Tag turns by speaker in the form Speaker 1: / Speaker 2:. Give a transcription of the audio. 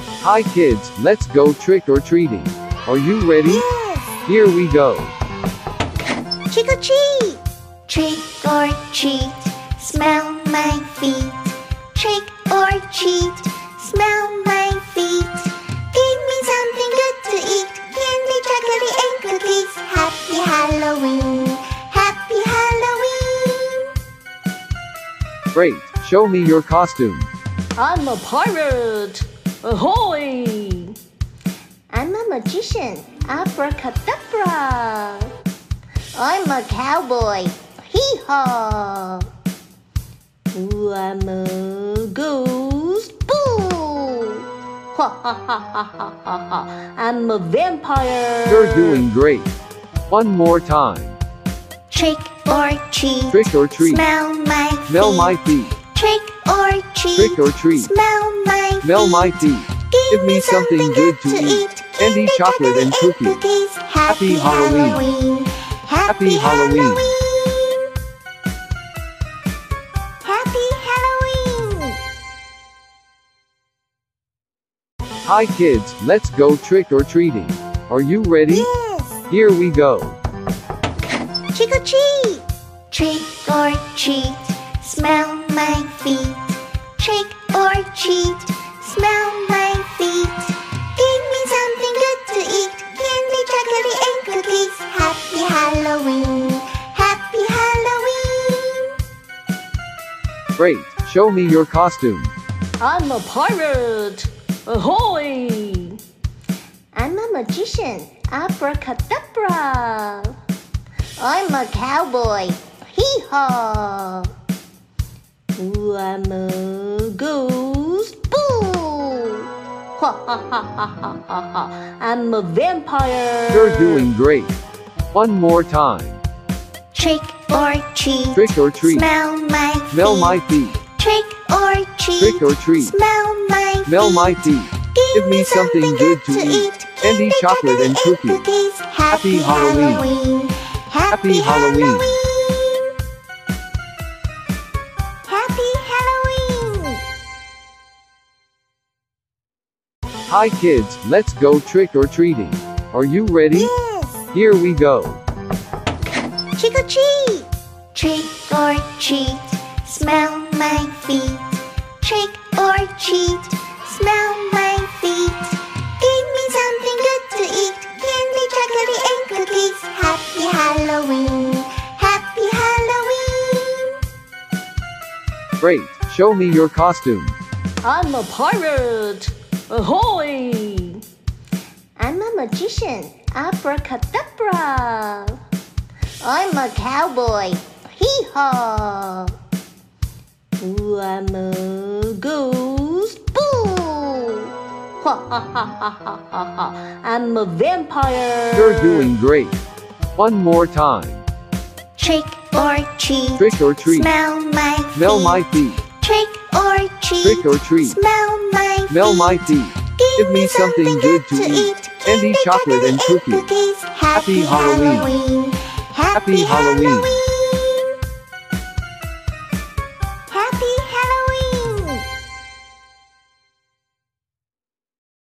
Speaker 1: Hi kids, let's go trick or treating. Are you ready?
Speaker 2: Yes.
Speaker 1: Here we go.
Speaker 2: Trick or treat.
Speaker 3: Trick or treat,
Speaker 2: Smell my feet.
Speaker 3: trick or treat, smell my feet.
Speaker 2: Give me something good to eat. Candy, chocolate, and cookies. Happy Halloween. Happy Halloween.
Speaker 1: Great, show me your costume.
Speaker 4: I'm a pirate. Ahoy!
Speaker 2: I'm a magician. Abracadabra. I'm a cowboy. Hee haw.
Speaker 4: Ooh, I'm a ghost.
Speaker 2: Boo.
Speaker 4: Ha ha ha ha ha ha ha. Ah, I'm a vampire.
Speaker 1: You're doing great. One more time.
Speaker 3: Trick or treat,
Speaker 1: Trick or treat.
Speaker 3: smell my feet.
Speaker 1: Smell my feet.
Speaker 3: Trick or treat,
Speaker 1: Trick or treat.
Speaker 3: smell my feet.
Speaker 1: Smell my feet. Give me something good to eat. Candy, chocolate, and cookies.
Speaker 2: Happy,
Speaker 1: Halloween.
Speaker 2: Happy
Speaker 1: Halloween.
Speaker 2: Halloween. Happy Halloween.
Speaker 1: Hi kids, let's go trick or treating. Are you ready?
Speaker 2: Yes.
Speaker 1: Here we go.
Speaker 2: Trick or treat.
Speaker 3: Trick or treat, smell my feet.
Speaker 2: Trick or treat. Smell my feet. Give me something good to eat. Candy, chocolate, and cookies. Happy Halloween. Happy Halloween.
Speaker 1: Great, show me your costume.
Speaker 4: I'm a pirate. Ahoy!
Speaker 2: I'm a magician. Abracadabra. I'm a cowboy. Hee haw.
Speaker 4: Ooh, I'm a ghost.
Speaker 2: Boo.
Speaker 4: Ha ha ha ha ha ha ha. I'm a vampire.
Speaker 1: You're doing great. One more time.
Speaker 3: Trick or treat,
Speaker 1: Trick or treat.
Speaker 3: smell my feet.
Speaker 1: Smell my feet.
Speaker 3: Trick or treat,
Speaker 1: Trick or treat.
Speaker 3: smell my feet.
Speaker 1: Smell my feet. Give me something good to eat. Candy, chocolate, and cookies.
Speaker 2: Happy
Speaker 1: Halloween.
Speaker 2: Halloween.
Speaker 1: Happy Halloween.
Speaker 2: Happy Halloween.
Speaker 1: Hi kids, let's go trick or treating. Are you ready?
Speaker 2: Yes.
Speaker 1: Here we go.
Speaker 2: Trick or treat.
Speaker 3: Trick or treat, smell my feet.
Speaker 2: Trick or treat. Smell my feet. Give me something good to eat. Candy, chocolate, and cookies. Happy Halloween. Happy Halloween.
Speaker 1: Great, show me your costume.
Speaker 4: I'm a pirate. Ahoy!
Speaker 2: I'm a magician. Abracadabra. I'm a cowboy. Hee haw.
Speaker 4: Ooh, I'm a ghost.
Speaker 2: Boo.
Speaker 4: Ha ha ha ha ha ha ha. I'm a vampire.
Speaker 1: You're doing great. One more time.
Speaker 3: Trick or treat,
Speaker 1: Trick or treat.
Speaker 3: smell my feet.
Speaker 1: Smell my feet.
Speaker 3: Trick or treat,
Speaker 1: Trick or treat.
Speaker 3: smell my feet.
Speaker 1: Smell my feet. Give me something good to eat. Candy, chocolate, and cookies.
Speaker 2: cookies. Happy
Speaker 1: Halloween.
Speaker 2: Halloween.
Speaker 1: Happy Halloween.